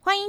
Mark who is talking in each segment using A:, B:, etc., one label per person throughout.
A: 欢迎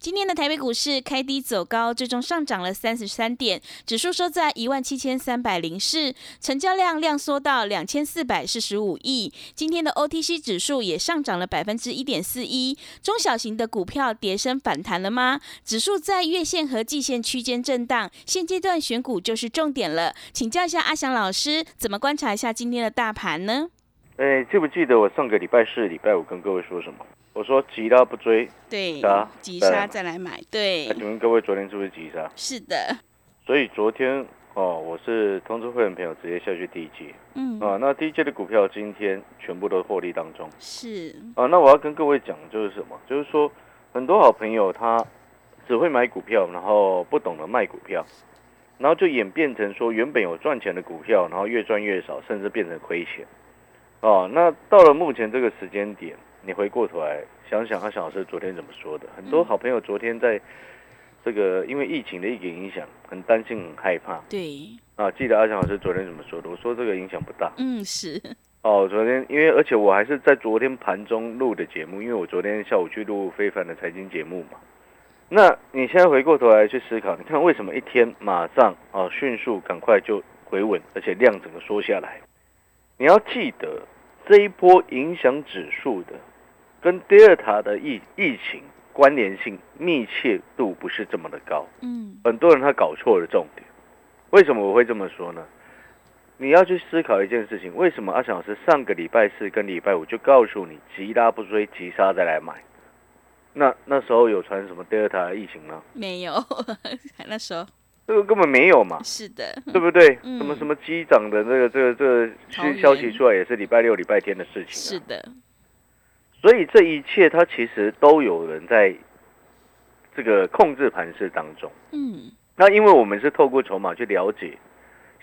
A: 今天的台北股市开低走高，最终上涨了三十三点，指数收在一万七千三百零四，成交量量缩到两千四百四十五亿。今天的 OTC 指数也上涨了百分之一点四一，中小型的股票跌升反弹了吗？指数在月线和季线区间震荡，现阶段选股就是重点了。请教一下阿翔老师，怎么观察一下今天的大盘呢？
B: 哎，记不记得我上个礼拜四、礼拜五跟各位说什么？我说急到不追，
C: 对
B: 啊，
C: 急
B: 再来
C: 杀
B: 买
C: 再来买，
B: 那
A: 对，
B: 请问各位昨天是不是急杀？
A: 是的，
B: 所以昨天哦，我是通知会员朋友直接下去第一阶
C: 嗯，
B: 啊，那第一阶的股票今天全部都获利当中
C: 是，
B: 啊。那我要跟各位讲就是什么？就是说很多好朋友他只会买股票，然后不懂得卖股票，然后就演变成说原本有赚钱的股票，然后越赚越少，甚至变成亏钱。哦，那到了目前这个时间点，你回过头来想想阿翔老师昨天怎么说的？很多好朋友昨天在这个因为疫情的一个影响，很担心、很害怕
C: 对，
B: 啊。记得阿翔老师昨天怎么说的？我说这个影响不大
C: 嗯，是，
B: 哦。昨天因为而且我还是在昨天盘中录的节目，因为我昨天下午去录非凡的财经节目嘛。那你现在回过头来去思考，你看为什么一天马上啊迅速赶快就回稳，而且量整个缩下来？你要记得这一波影响指数的跟德尔塔的疫疫情关联性密切度不是这么的高。
C: 嗯，
B: 很多人他搞错了重点。为什么我会这么说呢？你要去思考一件事情，为什么阿翔老师上个礼拜四跟礼拜五就告诉你急拉不追，急杀再来买？那那时候有传什么德尔塔疫情吗？
C: 没 有，那时候
B: 这个根本没有嘛，
C: 是的，
B: 对不对？
C: 嗯
B: 什么什么机长的这个这个这个
C: 桃园
B: 消息出来也是礼拜六、礼拜天的事情、啊。
C: 是的，
B: 所以这一切它其实都有人在这个控制盘势当中。
C: 嗯，
B: 那因为我们是透过筹码去了解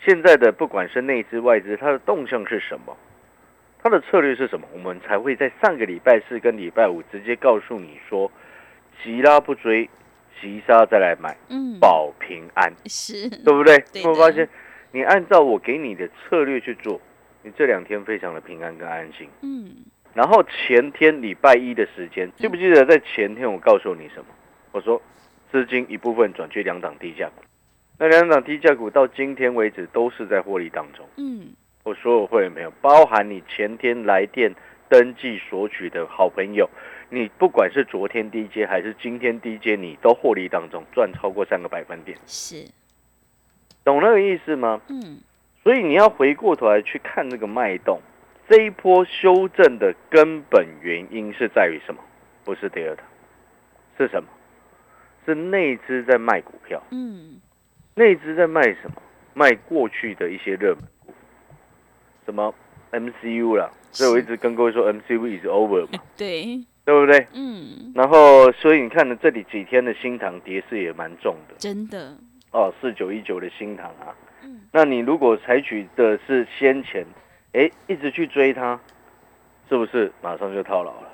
B: 现在的不管是内资外资，它的动向是什么，它的策略是什么，我们才会在上个礼拜四跟礼拜五直接告诉你说，急拉不追，急杀再来买，
C: 嗯，
B: 保平安，
C: 是，
B: 对不对？
C: 对的
B: 会发现你按照我给你的策略去做，你这两天非常的平安跟安心。
C: 嗯，
B: 然后前天礼拜一的时间，记不记得在前天我告诉你什么？我说资金一部分转去两档低价股，那两档低价股到今天为止都是在获利当中。
C: 嗯，
B: 我所有会员朋友，包含你前天来电登记索取的好朋友，你不管是昨天低阶还是今天低阶，你都获利当中赚超过三个百分点，
C: 是，
B: 懂那个意思吗？
C: 嗯，
B: 所以你要回过头来去看这个脉动，这一波修正的根本原因是在于什么？不是第二的，是什么？是内资在卖股票，
C: 嗯，
B: 内资在卖什么？卖过去的一些热门股，什么 MCU 啦，所以我一直跟各位说 MCU is over 嘛，
C: 对，
B: 对不对？
C: 嗯，
B: 然后，所以你看呢，这里几天的新塘跌势也蛮重的。
C: 真的，
B: 哦，四九一九的新塘啊。
C: 嗯
B: 那你如果采取的是先前，哎，一直去追它，是不是马上就套牢了？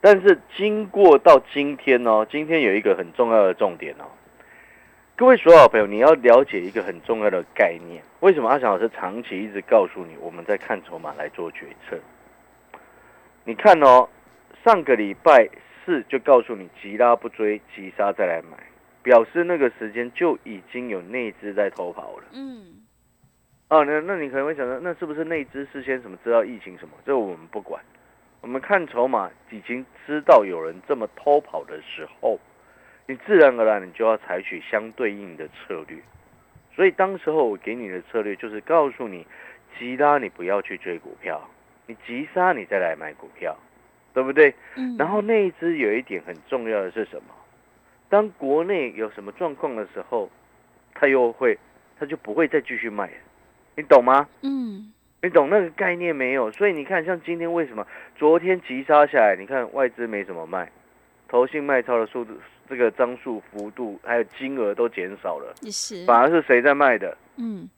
B: 但是经过到今天哦，今天有一个很重要的重点哦，各位所有好朋友，你要了解一个很重要的概念。为什么阿翔老师长期一直告诉你，我们在看筹码来做决策？你看哦，上个礼拜四就告诉你急拉不追，急杀再来买。表示那个时间就已经有内资在偷跑了。
C: 嗯，
B: 哦，那那你可能会想到，那是不是内资事先什么知道疫情什么？这我们不管，我们看筹码已经知道有人这么偷跑的时候，你自然而然你就要采取相对应的策略。所以当时候我给你的策略就是告诉你，急拉你不要去追股票，你急杀你再来买股票，对不对？
C: 嗯，
B: 然后那一只有一点很重要的是什么？当国内有什么状况的时候，它又会它就不会再继续卖了，你懂吗？
A: 嗯，
B: 你懂那个概念没有？所以你看，像今天为什么昨天急杀下来？你看外资没怎么卖，投信卖超的速度、这个张数、幅度还有金额都减少了，
A: 也是，
B: 反而是谁在卖的？
A: 嗯，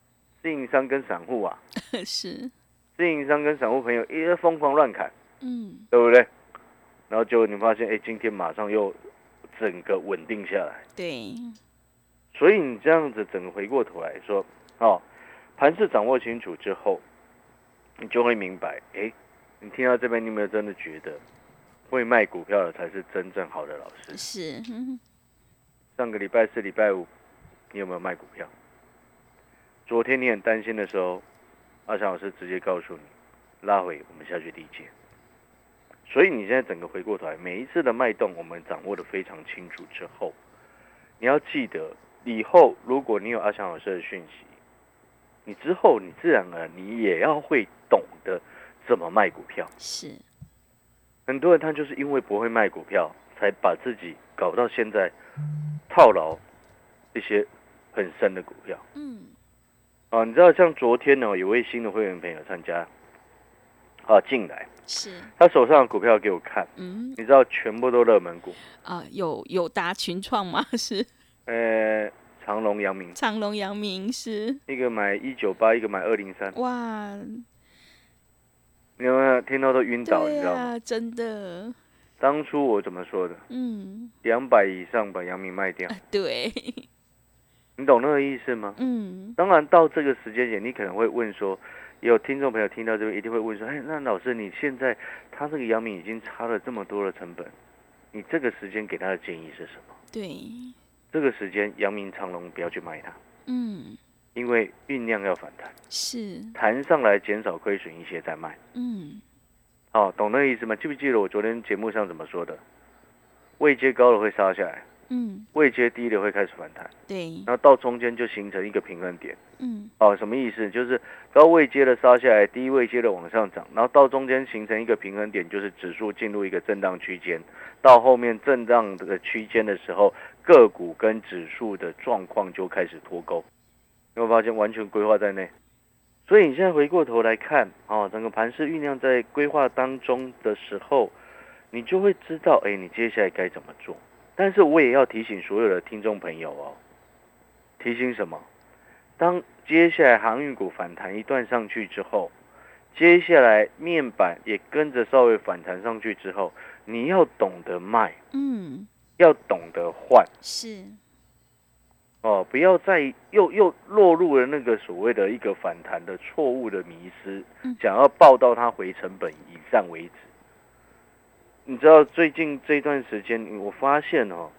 B: 自营商跟散户啊，
A: 是，
B: 自营商跟散户朋友一直疯狂乱砍，
A: 嗯，
B: 对不对？然后结果你发现，哎，今天马上又整个稳定下来。
A: 对，
B: 所以你这样子整个回过头来说，哦，盘势掌握清楚之后，你就会明白，诶，你听到这边，你有没有真的觉得会卖股票的才是真正好的老师？
A: 是，嗯
B: 上个礼拜四、礼拜五，你有没有卖股票？昨天你很担心的时候，阿翔老师直接告诉你，拉回我们下去理解。所以你现在整个回过头来，每一次的脉动我们掌握的非常清楚之后，你要记得，以后如果你有阿翔老师的讯息，你之后你自然而然你也要会懂得怎么卖股票。
A: 是，
B: 很多人他就是因为不会卖股票，才把自己搞到现在套牢一些很深的股票
A: 嗯，
B: 啊。你知道，像昨天哦呢，有位新的会员朋友参加啊进来，
A: 是，
B: 他手上的股票给我看，
A: 嗯，
B: 你知道全部都热门股，
A: 啊，有有达群创吗？是
B: 呃，长隆、阳明，
A: 长隆、阳明是，
B: 一个买一九八，一个买二零三，
A: 哇，
B: 你有没有听到都晕倒？你
A: 对
B: 知道吗？
A: 啊，真的，
B: 当初我怎么说的？
A: 嗯，啊
B: 两百以上把阳明卖掉，
A: 对，
B: 你懂那个意思吗？
A: 嗯，
B: 当然，到这个时间点，你可能会问说，有听众朋友听到这边一定会问说，哎，那老师你现在他这个阳明已经差了这么多的成本，你这个时间给他的建议是什么？
A: 对，
B: 这个时间阳明长隆不要去买它，
A: 嗯，
B: 因为酝酿要反弹，
A: 是，
B: 弹上来减少亏损一些再卖。
A: 嗯，
B: 哦，懂那个意思吗？记不记得我昨天节目上怎么说的？位阶高的会杀下来，
A: 嗯，
B: 位阶低的会开始反弹，
A: 对，
B: 然后到中间就形成一个平衡点。
A: 嗯，
B: 哦，什么意思？就是高位接的杀下来，低位接的往上涨，然后到中间形成一个平衡点，就是指数进入一个震荡区间。到后面震荡的区间的时候，个股跟指数的状况就开始脱钩，你会发现完全规划在内。所以你现在回过头来看，哦，整个盘势酝酿在规划当中的时候，你就会知道，哎，你接下来该怎么做。但是我也要提醒所有的听众朋友哦，提醒什么？当接下来航运股反弹一段上去之后，接下来面板也跟着稍微反弹上去之后，你要懂得卖，
A: 嗯，
B: 要懂得换
A: 是，
B: 哦，不要再又又落入了那个所谓的一个反弹的错误的迷失
A: 嗯，
B: 想要报到它回成本以上为止。你知道最近这段时间，我发现哦，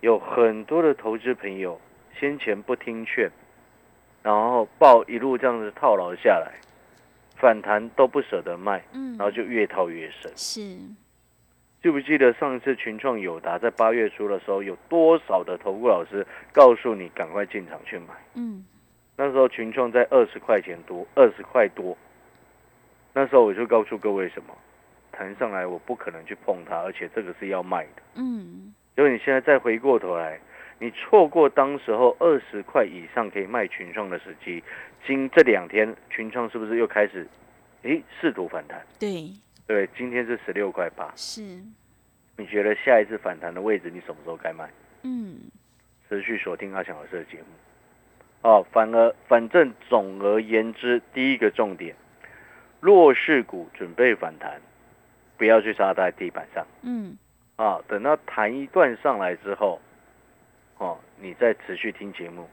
B: 有很多的投资朋友先前不听劝，然后抱一路这样子套牢下来，反弹都不舍得卖，
A: 嗯，
B: 然后就越套越深。
A: 是，
B: 记不记得上一次群创友达在八月初的时候，有多少的投顾老师告诉你赶快进场去买？
A: 嗯，
B: 那时候群创在二十块钱多，二十块多。那时候我就告诉各位什么，弹上来我不可能去碰它，而且这个是要卖的。
A: 嗯，
B: 结果你现在再回过头来，你错过当时候二十块以上可以卖群创的时机，今这两天群创是不是又开始，诶，试图反弹？
A: 对，
B: 对，今天是十六块八。
A: 是，
B: 你觉得下一次反弹的位置，你什么时候该卖？
A: 嗯，
B: 持续锁定阿强老师的节目。哦，反而反正总而言之，第一个重点，弱势股准备反弹，不要去杀在地板上
A: 嗯，
B: 啊。等到弹一段上来之后，哦，你再持续听节目，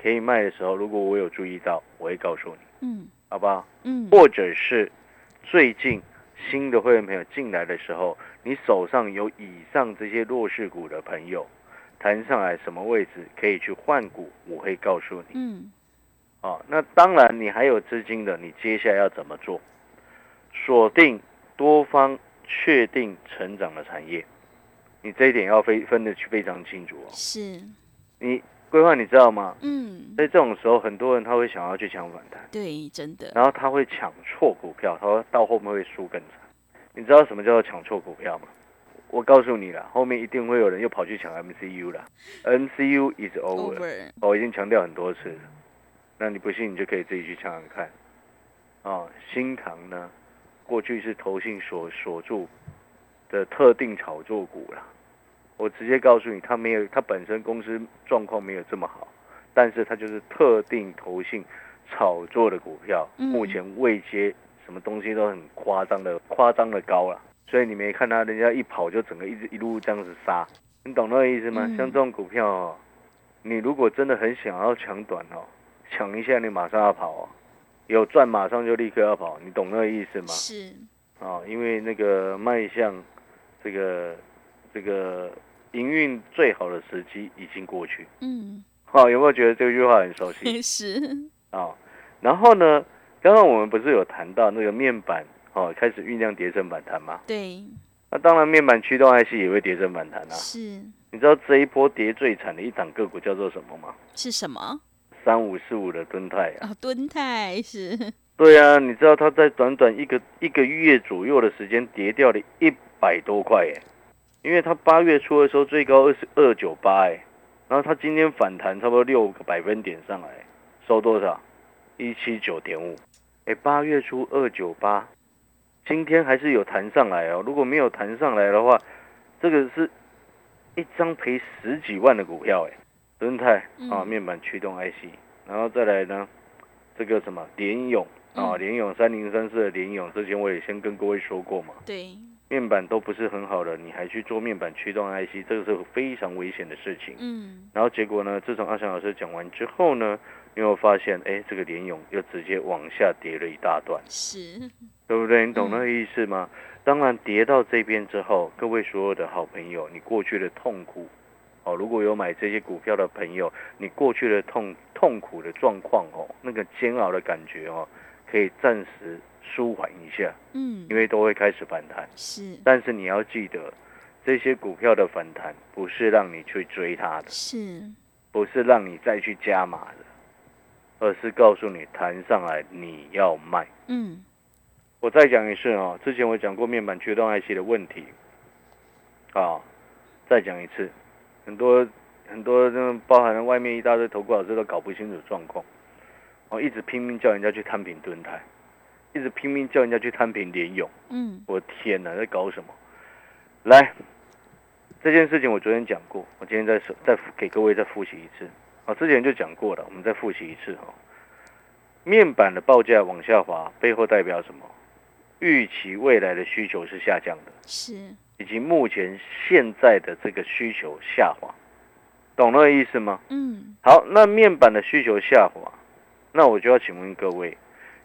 B: 可以卖的时候，如果我有注意到，我会告诉你，
A: 嗯，
B: 好不好？
A: 嗯，
B: 或者是最近新的会员朋友进来的时候，你手上有以上这些弱势股的朋友，谈上来什么位置可以去换股，我会告诉你。
A: 嗯，
B: 啊，那当然你还有资金的，你接下来要怎么做？锁定多方确定成长的产业，你这一点要非分得非常清楚哦。
A: 是，
B: 你规划你知道吗？
A: 嗯，
B: 在这种时候，很多人他会想要去抢反弹。
A: 对，真的，
B: 然后他会抢错股票，他会到后面会输更惨。你知道什么叫做抢错股票吗？我告诉你了，后面一定会有人又跑去抢 MCU 了。MCU is over，哦
A: over，
B: 我已经强调很多次了。那你不信你就可以自己去想想看。啊、新塘呢，过去是投信所所住的特定炒作股啦。我直接告诉你，它没有，它本身公司状况没有这么好，但是它就是特定投信炒作的股票，
A: 嗯
B: 目前未接什么东西都很夸张的，夸张的高了。所以你没看它，人家一跑就整个一直一路这样子杀，你懂那个意思吗？
A: 嗯
B: 像这种股票、哦，你如果真的很想要抢短哦，抢一下你马上要跑哦，有赚马上就立刻要跑，你懂那个意思吗？
A: 是，
B: 啊、因为那个迈向这个这个营运最好的时机已经过去。
A: 嗯，
B: 好、有没有觉得这句话很 熟悉
A: 是，
B: 啊、然后呢，刚刚我们不是有谈到那个面板哦，开始酝酿跌升反弹吗？
A: 对，
B: 那当然，面板驱动 IC 也会跌升反弹啊。
A: 是
B: 你知道这一波跌最惨的一档个股叫做什么吗？
A: 是什么？
B: 三五四五的敦泰啊。
A: 哦，蹲泰是，
B: 对啊，你知道它在短短一个一个月左右的时间跌掉了一百多块耶，因为它八月初的时候最高二十二九八哎，然后它今天反弹差不多六个百分点上来，收多少？一七九点五，哎，八月初二九八，今天还是有弹上来哦。如果没有弹上来的话，这个是一张赔十几万的股票哎，敦泰啊，
A: 嗯
B: 面板驱动 IC，然后再来呢，这个什么联咏啊，
A: 嗯
B: 联咏三零三四的联咏，之前我也先跟各位说过嘛，
A: 对，
B: 面板都不是很好的，你还去做面板驱动 IC，这个是非常危险的事情。
A: 嗯，
B: 然后结果呢，自从阿翔老师讲完之后呢，你有发现，哎，这个联咏又直接往下跌了一大段，
A: 是，
B: 对不对？你懂那个意思吗？当然，跌到这边之后，各位所有的好朋友，你过去的痛苦，哦，如果有买这些股票的朋友，你过去的痛痛苦的状况哦，那个煎熬的感觉哦，可以暂时舒缓一下，
A: 嗯
B: 因，为都会开始反弹。
A: 是
B: 但是你要记得，这些股票的反弹不是让你去追它的，
A: 是，
B: 不是让你再去加码的，而是告诉你弹上来你要卖。
A: 嗯，
B: 我再讲一次哦，之前我讲过面板驱动 IC 的问题，啊，再讲一次，很多很多那种包含了外面一大堆投顾老师都搞不清楚状况，哦，一直拼命叫人家去摊平蹲台，一直拼命叫人家去摊平联勇，
A: 嗯，
B: 我天哪，在搞什么？来，这件事情我昨天讲过，我今天再说再给各位再复习一次。啊，之前就讲过了，我们再复习一次哈、面板的报价往下滑，背后代表什么？预期未来的需求是下降的，
A: 是，
B: 以及目前现在的这个需求下滑，懂那个意思吗？
A: 嗯，
B: 好，那面板的需求下滑，那我就要请问各位，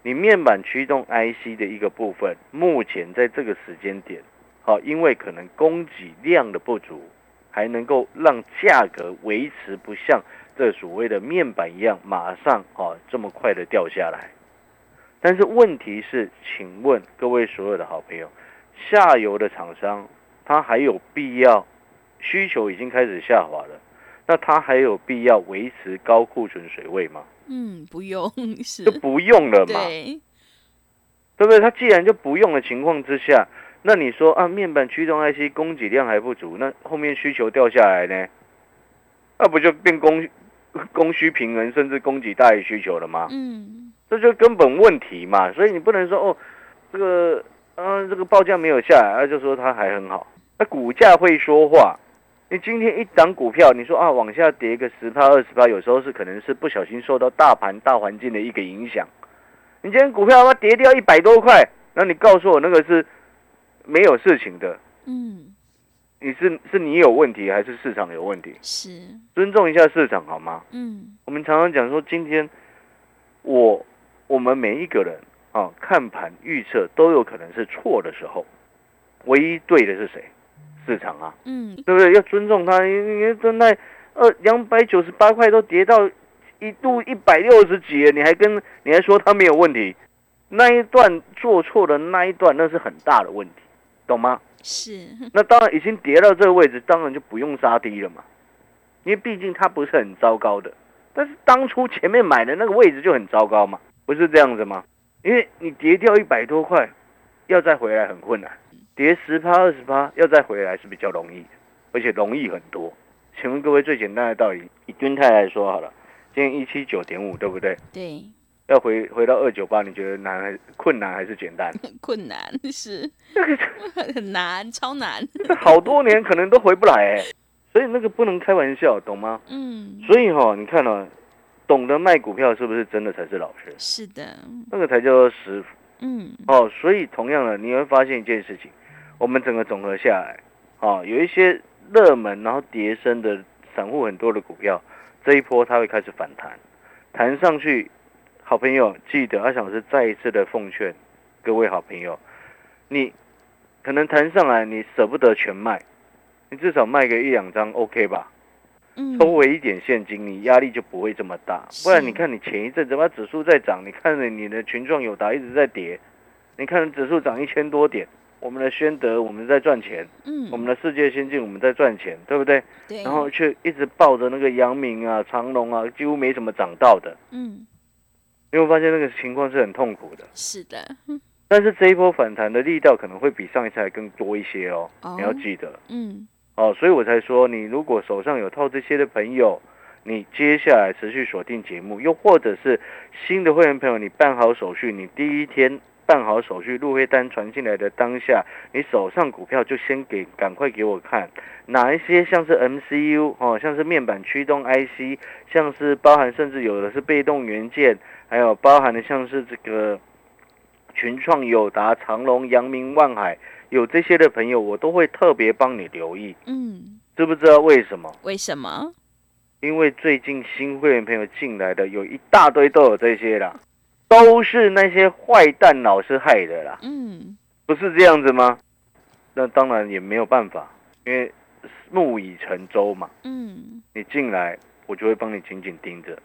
B: 你面板驱动 IC 的一个部分，目前在这个时间点，好，因为可能供给量的不足，还能够让价格维持不像这所谓的面板一样马上啊这么快的掉下来。但是问题是，请问各位所有的好朋友，下游的厂商，它还有必要？需求已经开始下滑了。那它还有必要维持高库存水位吗？
A: 嗯，不用，是
B: 就，不用了嘛，
A: 对，
B: 对不对？它既然就不用的情况之下，那你说啊，面板驱动 IC 供给量还不足，那后面需求掉下来呢？那不就变供供需平衡，甚至供给大于需求了吗？
A: 嗯，
B: 这就是根本问题嘛。所以你不能说哦，这个嗯、这个报价没有下来，啊、就说它还很好。那股价会说话。你今天一档股票，你说啊往下跌个十趴二十趴，有时候是可能是不小心受到大盘大环境的一个影响。你今天股票它跌掉一百多块，那你告诉我那个是没有事情的，
A: 嗯，
B: 你是是你有问题还是市场有问题？
A: 是，
B: 尊重一下市场好吗？
A: 嗯，
B: 我们常常讲说，今天我我们每一个人啊，看盘预测都有可能是错的时候，唯一对的是谁？市场啊，
A: 嗯，
B: 对不对？要尊重它，因为真的二两百九十八块都跌到一度一百六十几了，你还跟你还说它没有问题，那一段做错的那一段，那是很大的问题，懂吗？
A: 是，
B: 那当然已经跌到这个位置，当然就不用杀低了嘛，因为毕竟它不是很糟糕的。但是当初前面买的那个位置就很糟糕嘛，不是这样子吗？因为你跌掉一百多块，要再回来很困难，跌十趴二十趴要再回来是比较容易的，而且容易很多。请问各位最简单的道理，以均泰来说好了，今天一七九点五，对不对？
C: 对，
B: 要回回到二九八，你觉得难还是困难还是简单？
C: 很困难是
B: 这个
C: 很难，超难。
B: 这好多年可能都回不来哎、所以那个不能开玩笑，懂吗？
C: 嗯，
B: 所以哈、你看哦，懂得卖股票是不是真的才是老师？
C: 是的，
B: 那个才叫做师傅
C: 嗯
B: 哦。所以同样的，你会发现一件事情，我们整个总合下来，哦，有一些热门然后跌升的散户很多的股票，这一波它会开始反弹，弹上去，好朋友记得阿翔老师再一次的奉劝各位好朋友，你可能弹上来你舍不得全卖，你至少卖个一两张 OK 吧？
C: 嗯，
B: 抽回一点现金，你压力就不会这么大。不然你看，你前一阵子把指数在涨，你看着你的群众友达一直在跌，你看指数涨一千多点，我们的宣德我们在赚钱，
C: 嗯，
B: 我们的世界先进我们在赚钱，对不对？
C: 对，
B: 然后却一直抱着那个阳明啊、长隆啊，几乎没怎么涨到的。
C: 嗯，
B: 你会发现那个情况是很痛苦的。
C: 是的，
B: 但是这一波反弹的力道可能会比上一次还更多一些哦，
C: 哦
B: 你要记得。
C: 嗯
B: 哦，所以我才说，你如果手上有套这些的朋友，你接下来持续锁定节目，又或者是新的会员朋友，你办好手续，你第一天办好手续，入会单传进来的当下，你手上股票就先给，赶快给我看，哪一些像是 MCU 哦，像是面板驱动 IC，像是包含甚至有的是被动元件，还有包含的像是这个群创、友达、长隆、阳明、万海，有这些的朋友，我都会特别帮你留意。
C: 嗯，
B: 知不知道为什么？
C: 为什么？
B: 因为最近新会员朋友进来的有一大堆都有这些啦，都是那些坏蛋老师害的啦，
C: 嗯，
B: 不是这样子吗？那当然也没有办法，因为木已成舟嘛。
C: 嗯，
B: 你进来，我就会帮你紧紧盯着，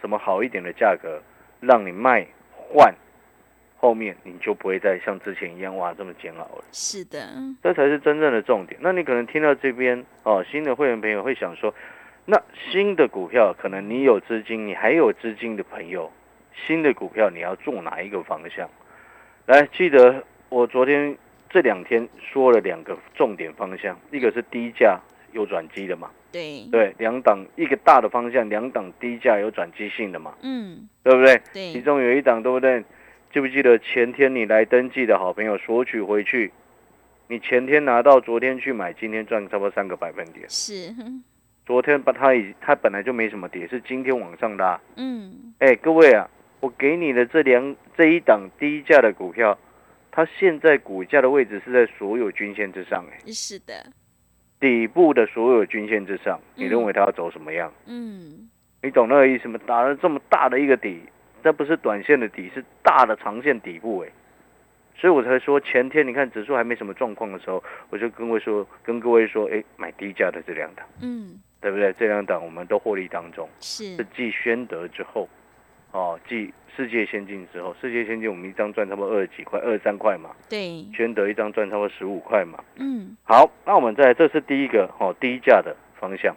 B: 什么好一点的价格让你卖换，后面你就不会再像之前一样哇这么煎熬了。
C: 是的，
B: 这才是真正的重点。那你可能听到这边哦，新的会员朋友会想说，那新的股票可能你有资金，你还有资金的朋友，新的股票你要做哪一个方向？来，记得我昨天这两天说了两个重点方向，一个是低价有转机的嘛，
C: 对，
A: 嗯
B: 对，两档一个大的方向，两档低价有转机性的嘛，
C: 嗯，
B: 对不对？其
C: 对，
B: 中有一档，对不对？记不记得前天你来登记的好朋友索取回去，你前天拿到，昨天去买，今天赚差不多三个百分点。
C: 是，
B: 昨天把它已它本来就没什么跌，是今天往上拉。
C: 嗯，
B: 哎，各位啊，我给你的这两这一档低价的股票，它现在股价的位置是在所有均线之上，哎，
C: 是的，
B: 底部的所有均线之上，你
C: 嗯
B: 认为它要走什么样？
C: 嗯，
B: 你懂那个意思吗？打了这么大的一个底，那不是短线的底，是大的长线底部哎、所以我才说前天你看指数还没什么状况的时候，我就跟各位说，跟各位说，哎、买低价的这两档，
C: 嗯，
B: 对不对？这两档我们都获利当中，是
C: 是，
B: 继宣德之后，哦，继世界先进之后，世界先进我们一张赚差不多二十几块，二十三块嘛，
C: 对，
B: 宣德一张赚差不多十五块嘛，
C: 嗯，
B: 好，那我们再来，这是第一个哦，低价的方向。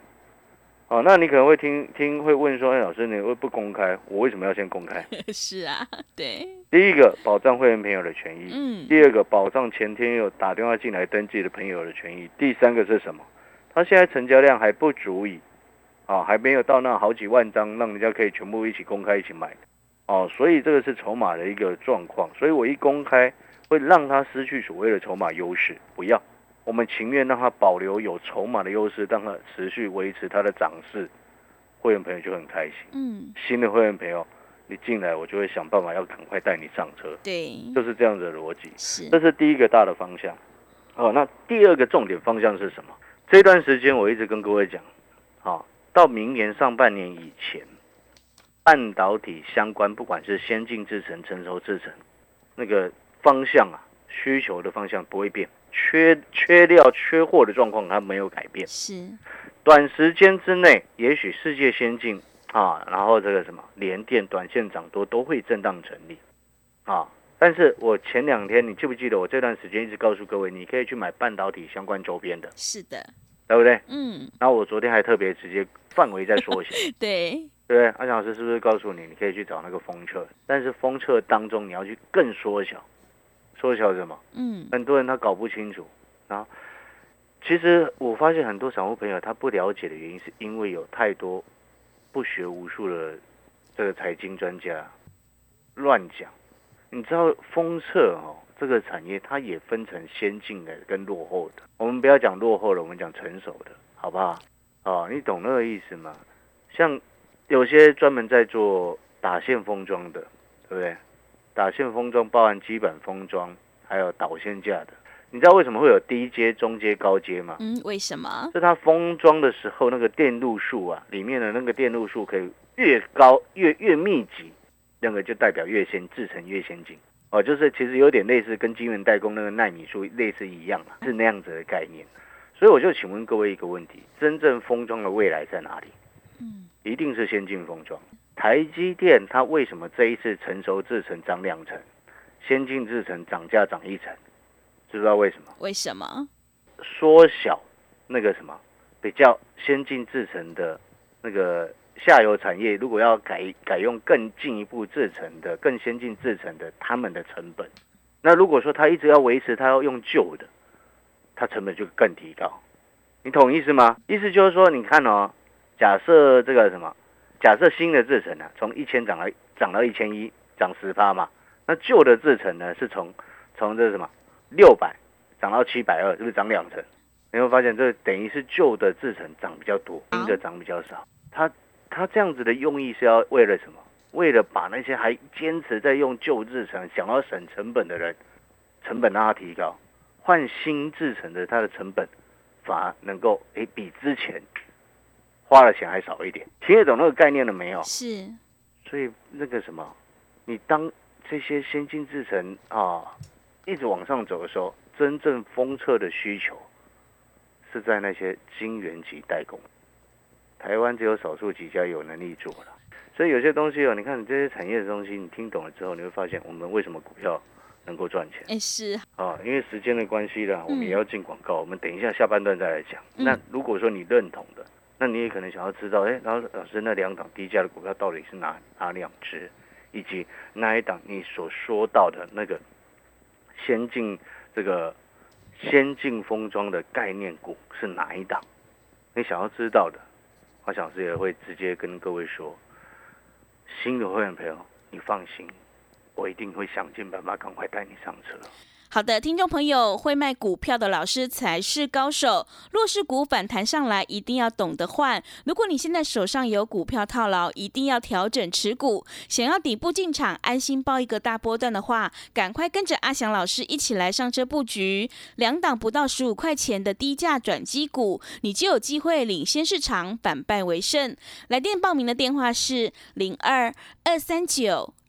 B: 哦，那你可能会听听会问说，哎，老师，你会不公开？我为什么要先公开？
C: 是啊，对，
B: 第一个，保障会员朋友的权益；
C: 嗯，
B: 第二个，保障前天有打电话进来登记的朋友的权益；第三个是什么？他现在成交量还不足以，啊、还没有到那好几万张，让人家可以全部一起公开一起买。哦，所以这个是筹码的一个状况，所以我一公开会让他失去所谓的筹码优势，不要，我们情愿让他保留有筹码的优势，让他持续维持他的涨势，会员朋友就很开心。
C: 嗯，
B: 新的会员朋友，你进来我就会想办法要赶快带你上车，
C: 嗯对，
B: 就是这样子的逻辑。
C: 是
B: 这，是第一个大的方向。哦，那第二个重点方向是什么？这段时间我一直跟各位讲，好、到明年上半年以前，半导体相关不管是先进制程、成熟制程，那个方向啊，需求的方向不会变，缺缺料、缺货的状况它没有改变。
C: 是，
B: 短时间之内，也许世界先进啊，然后这个什么联电短线涨多都会震荡整理啊。但是我前两天，你记不记得我这段时间一直告诉各位，你可以去买半导体相关周边的，
C: 是的，
B: 对不对？
C: 嗯，
B: 然后我昨天还特别直接范围再缩小，
C: 对，
B: 对不对？阿强老师是不是告诉你，你可以去找那个封测？但是封测当中你要去更缩小，缩小什么？
C: 嗯，
B: 很多人他搞不清楚。然后，其实我发现很多散户朋友他不了解的原因，是因为有太多不学无术的这个财经专家乱讲。你知道封测哦，这个产业它也分成先进的跟落后的。我们不要讲落后的，我们讲成熟的，好不好？哦，你懂那个意思吗？像有些专门在做打线封装的，对不对？打线封装包含基板封装，还有导线架的。你知道为什么会有低阶、中阶、高阶吗？
A: 嗯，为什么？
B: 是它封装的时候，那个电路数啊，里面的那个电路数可以越高越越密集，那个就代表越先制成越先进哦，就是其实有点类似跟晶圆代工那个纳米数类似一样嘛，是那样子的概念。所以我就请问各位一个问题：真正封装的未来在哪里？
A: 嗯，
B: 一定是先进封装。台积电它为什么这一次成熟制程涨两成，先进制程涨价涨一成？知不知道为什么？
A: 为什么？
B: 缩小那个什么比较先进制成的那个下游产业，如果要改改用更进一步制成的、更先进制成的，他们的成本。那如果说他一直要维持，他要用旧的，它成本就更提高。你懂意思吗？意思就是说，你看哦，假设这个什么，假设新的制成啊，从一千涨到涨到一千一，涨十趴嘛。那旧的制成呢，是从从这什么六百涨到七百二，是不是涨两成？你会发现这等于是旧的制成涨比较多，新的涨比较少。它它这样子的用意是要为了什么？为了把那些还坚持在用旧制成、想要省成本的人，成本让它提高，换新制成的它的成本反而能够诶比之前花的钱还少一点。听得懂那个概念了没有？
A: 是，
B: 所以那个什么，你当这些先进制程啊一直往上走的时候，真正封测的需求是在那些晶圆级代工，台湾只有少数几家有能力做了。所以有些东西哦，你看你这些产业的东西，你听懂了之后，你会发现我们为什么股票能够赚钱。
A: 哎、是，
B: 啊，因为时间的关系啦，我们
A: 嗯
B: 也要进广告，我们等一下下半段再来讲。
A: 嗯
B: 那如果说你认同的，那你也可能想要知道，哎、然后老师那两档低价的股票到底是哪哪两只，以及那一档你所说到的那个先进这个先进封装的概念股是哪一档？你想要知道的，花小师也会直接跟各位说。新的会员朋友，你放心，我一定会想尽办法赶快带你上车。
A: 好的，听众朋友，会卖股票的老师才是高手。弱势股反弹上来，一定要懂得换。如果你现在手上有股票套牢，一定要调整持股。想要底部进场，安心报一个大波段的话，赶快跟着阿翔老师一起来上车布局。两档不到十五块钱的低价转机股，你就有机会领先市场，反败为胜。来电报名的电话是零二二三九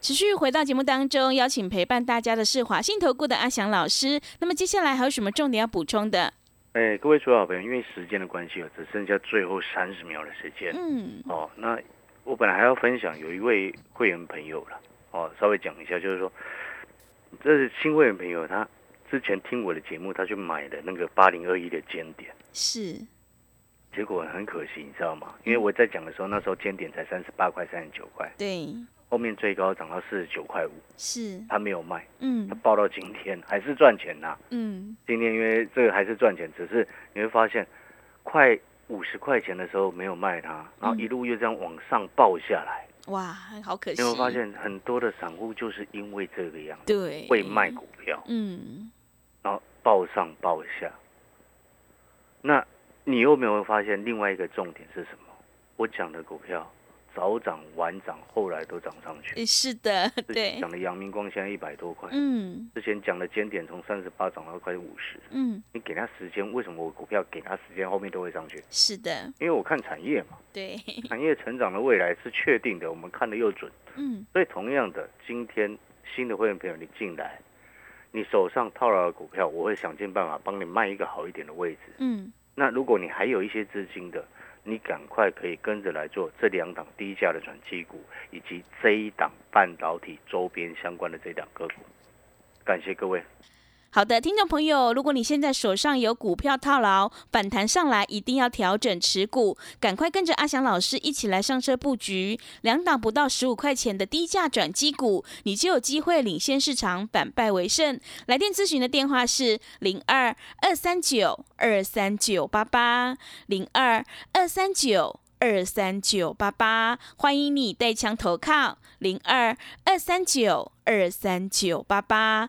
A: 持续回到节目当中，邀请陪伴大家的是华信投顾的阿翔老师。那么接下来还有什么重点要补充的？
B: 哎，各位所有好朋友，因为时间的关系哦，只剩下最后三十秒的时间
A: 嗯，
B: 哦。那我本来还要分享有一位会员朋友了哦，稍微讲一下，就是说，这是新会员朋友，他之前听我的节目，他去买了那个八零二一的尖点，
A: 是，
B: 结果很可惜，你知道吗？
A: 嗯
B: 因为我在讲的时候，那时候尖点才三十八块、三十九块，
A: 对，
B: 后面最高涨到四十九块五，
A: 是，
B: 他没有卖，他
A: 嗯
B: 报到今天还是赚钱呐、
A: 嗯，
B: 今天因为这个还是赚钱，只是你会发现，快五十块钱的时候没有卖它，然后一路又这样往上报下来，嗯
A: 哇，好可惜。
B: 你会发现很多的散户就是因为这个样子，
A: 对，
B: 会卖股票，
A: 嗯，
B: 然后报上报下。那你有没有发现另外一个重点是什么？我讲的股票早涨晚涨，后来都涨上去。
A: 呃是的，
B: 之前
A: 对，
B: 讲的阳明光现在一百多块，
A: 嗯
B: 之前讲的尖点从三十八涨到快五十，
A: 嗯，
B: 你给它时间，为什么我股票给它时间后面都会上去？
A: 是的，
B: 因为我看产业 嘛，
A: 对，
B: 产业成长的未来是确定的，我们看的又准。
A: 嗯
B: 所以同样的，今天新的会员朋友你进来，你手上套牢的股票，我会想尽办法帮你卖一个好一点的位置。
A: 嗯，
B: 那如果你还有一些资金的，你赶快可以跟着来做这两档低价的转机股，以及这一档半导体周边相关的这档个股。感谢各位。
A: 好的，听众朋友，如果你现在手上有股票套牢，反弹上来一定要调整持股，赶快跟着阿翔老师一起来上车布局，两档不到十五块钱的低价转机股，你就有机会领先市场，反败为胜。来电咨询的电话是零二二三九二三九八八零二二三九。二三九八八，欢迎你带枪投靠零二二三九二三九八八